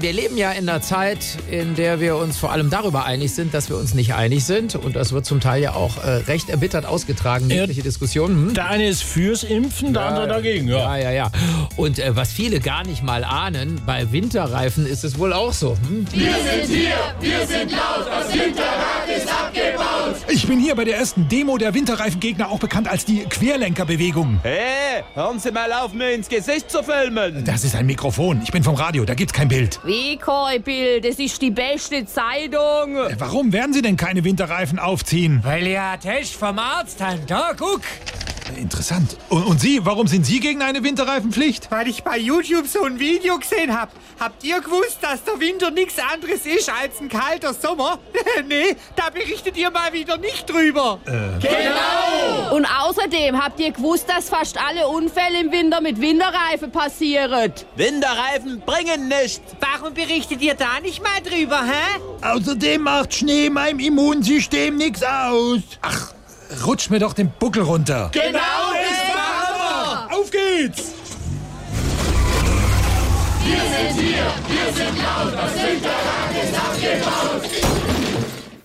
Wir leben ja in einer Zeit, in der wir uns vor allem darüber einig sind, dass wir uns nicht einig sind. Und das wird zum Teil ja auch äh, recht erbittert ausgetragen, Ja. jegliche Diskussionen. Hm? Der eine ist fürs Impfen, der andere dagegen. Ja. Ja, ja, ja. Und äh, was viele gar nicht mal ahnen, bei Winterreifen ist es wohl auch so. Hm? Ich bin hier bei der ersten Demo der Winterreifengegner, auch bekannt als die Querlenkerbewegung. Hey, hören Sie mal auf, mir ins Gesicht zu filmen. Das ist ein Mikrofon. Ich bin vom Radio, da gibt's kein Bild. Wie kein Bild, das ist die beste Zeitung. Äh, Warum werden Sie denn keine Winterreifen aufziehen? Weil ja Tisch vom Arzt haben, da guck. Äh, Interessant. Und, und Sie, warum sind Sie gegen eine Winterreifenpflicht? Weil ich bei YouTube so ein Video gesehen hab. Habt ihr gewusst, dass der Winter nichts anderes ist als ein kalter Sommer? nee, da berichtet ihr mal wieder nicht drüber. Und außerdem habt ihr gewusst, dass fast alle Unfälle im Winter mit Winterreifen passieren. Winterreifen bringen nichts. Warum berichtet ihr da nicht mal drüber, hä? Außerdem macht Schnee meinem Immunsystem nichts aus. Ach, rutsch mir doch den Buckel runter. Genau, das war Auf geht's!